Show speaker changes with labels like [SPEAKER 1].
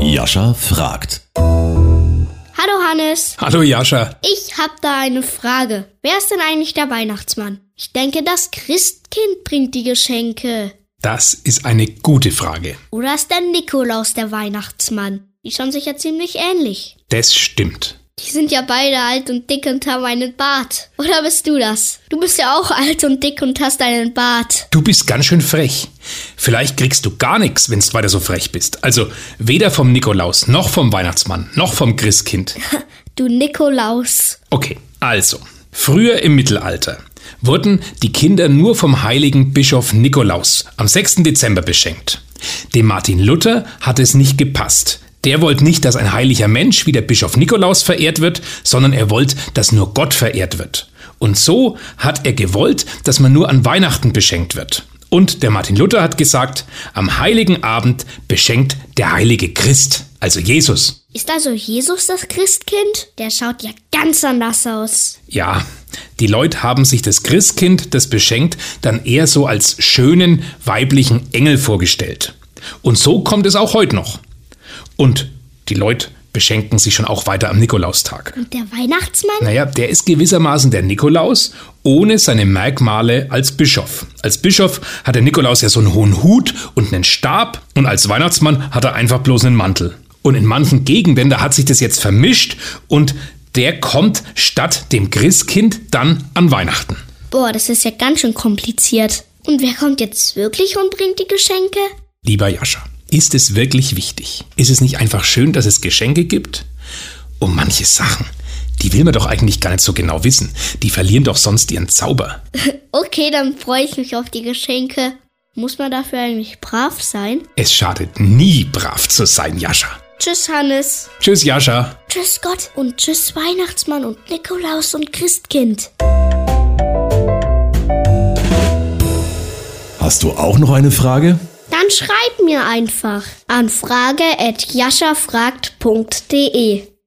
[SPEAKER 1] Jascha fragt.
[SPEAKER 2] Hallo Hannes,
[SPEAKER 3] Hallo Jascha.
[SPEAKER 2] ich hab da eine Frage. Wer ist denn eigentlich der Weihnachtsmann? Ich denke, das Christkind bringt die Geschenke.
[SPEAKER 3] Das ist eine gute Frage.
[SPEAKER 2] Oder ist der Nikolaus der Weihnachtsmann? Die schauen sich ja ziemlich ähnlich.
[SPEAKER 3] Das stimmt.
[SPEAKER 2] Die sind ja beide alt und dick und haben einen Bart. Oder bist du das? Du bist ja auch alt und dick und hast einen Bart.
[SPEAKER 3] Du bist ganz schön frech. Vielleicht kriegst du gar nichts, wenn du weiter so frech bist. Also weder vom Nikolaus, noch vom Weihnachtsmann, noch vom Christkind.
[SPEAKER 2] Du Nikolaus.
[SPEAKER 3] Okay, also. Früher im Mittelalter wurden die Kinder nur vom heiligen Bischof Nikolaus am 6. Dezember beschenkt. Dem Martin Luther hat es nicht gepasst. Der wollte nicht, dass ein heiliger Mensch wie der Bischof Nikolaus verehrt wird, sondern er wollte, dass nur Gott verehrt wird. Und so hat er gewollt, dass man nur an Weihnachten beschenkt wird. Und der Martin Luther hat gesagt, am heiligen Abend beschenkt der heilige Christ, also Jesus.
[SPEAKER 2] Ist also Jesus das Christkind? Der schaut ja ganz anders aus.
[SPEAKER 3] Ja, die Leute haben sich das Christkind, das beschenkt, dann eher so als schönen weiblichen Engel vorgestellt. Und so kommt es auch heute noch. Und die Leute beschenken sich schon auch weiter am Nikolaustag.
[SPEAKER 2] Und der Weihnachtsmann?
[SPEAKER 3] Naja, der ist gewissermaßen der Nikolaus ohne seine Merkmale als Bischof. Als Bischof hat der Nikolaus ja so einen hohen Hut und einen Stab und als Weihnachtsmann hat er einfach bloß einen Mantel. Und in manchen Gegenden, da hat sich das jetzt vermischt und der kommt statt dem Christkind dann an Weihnachten.
[SPEAKER 2] Boah, das ist ja ganz schön kompliziert. Und wer kommt jetzt wirklich und bringt die Geschenke?
[SPEAKER 3] Lieber Jascha, ist es wirklich wichtig? Ist es nicht einfach schön, dass es Geschenke gibt? Um manche Sachen, die will man doch eigentlich gar nicht so genau wissen. Die verlieren doch sonst ihren Zauber.
[SPEAKER 2] Okay, dann freue ich mich auf die Geschenke. Muss man dafür eigentlich brav sein?
[SPEAKER 3] Es schadet nie, brav zu sein, Jascha.
[SPEAKER 2] Tschüss, Hannes.
[SPEAKER 3] Tschüss, Jascha.
[SPEAKER 2] Tschüss, Gott. Und tschüss, Weihnachtsmann und Nikolaus und Christkind.
[SPEAKER 1] Hast du auch noch eine Frage?
[SPEAKER 2] Dann schreib mir einfach an frage.jaschafragt.de.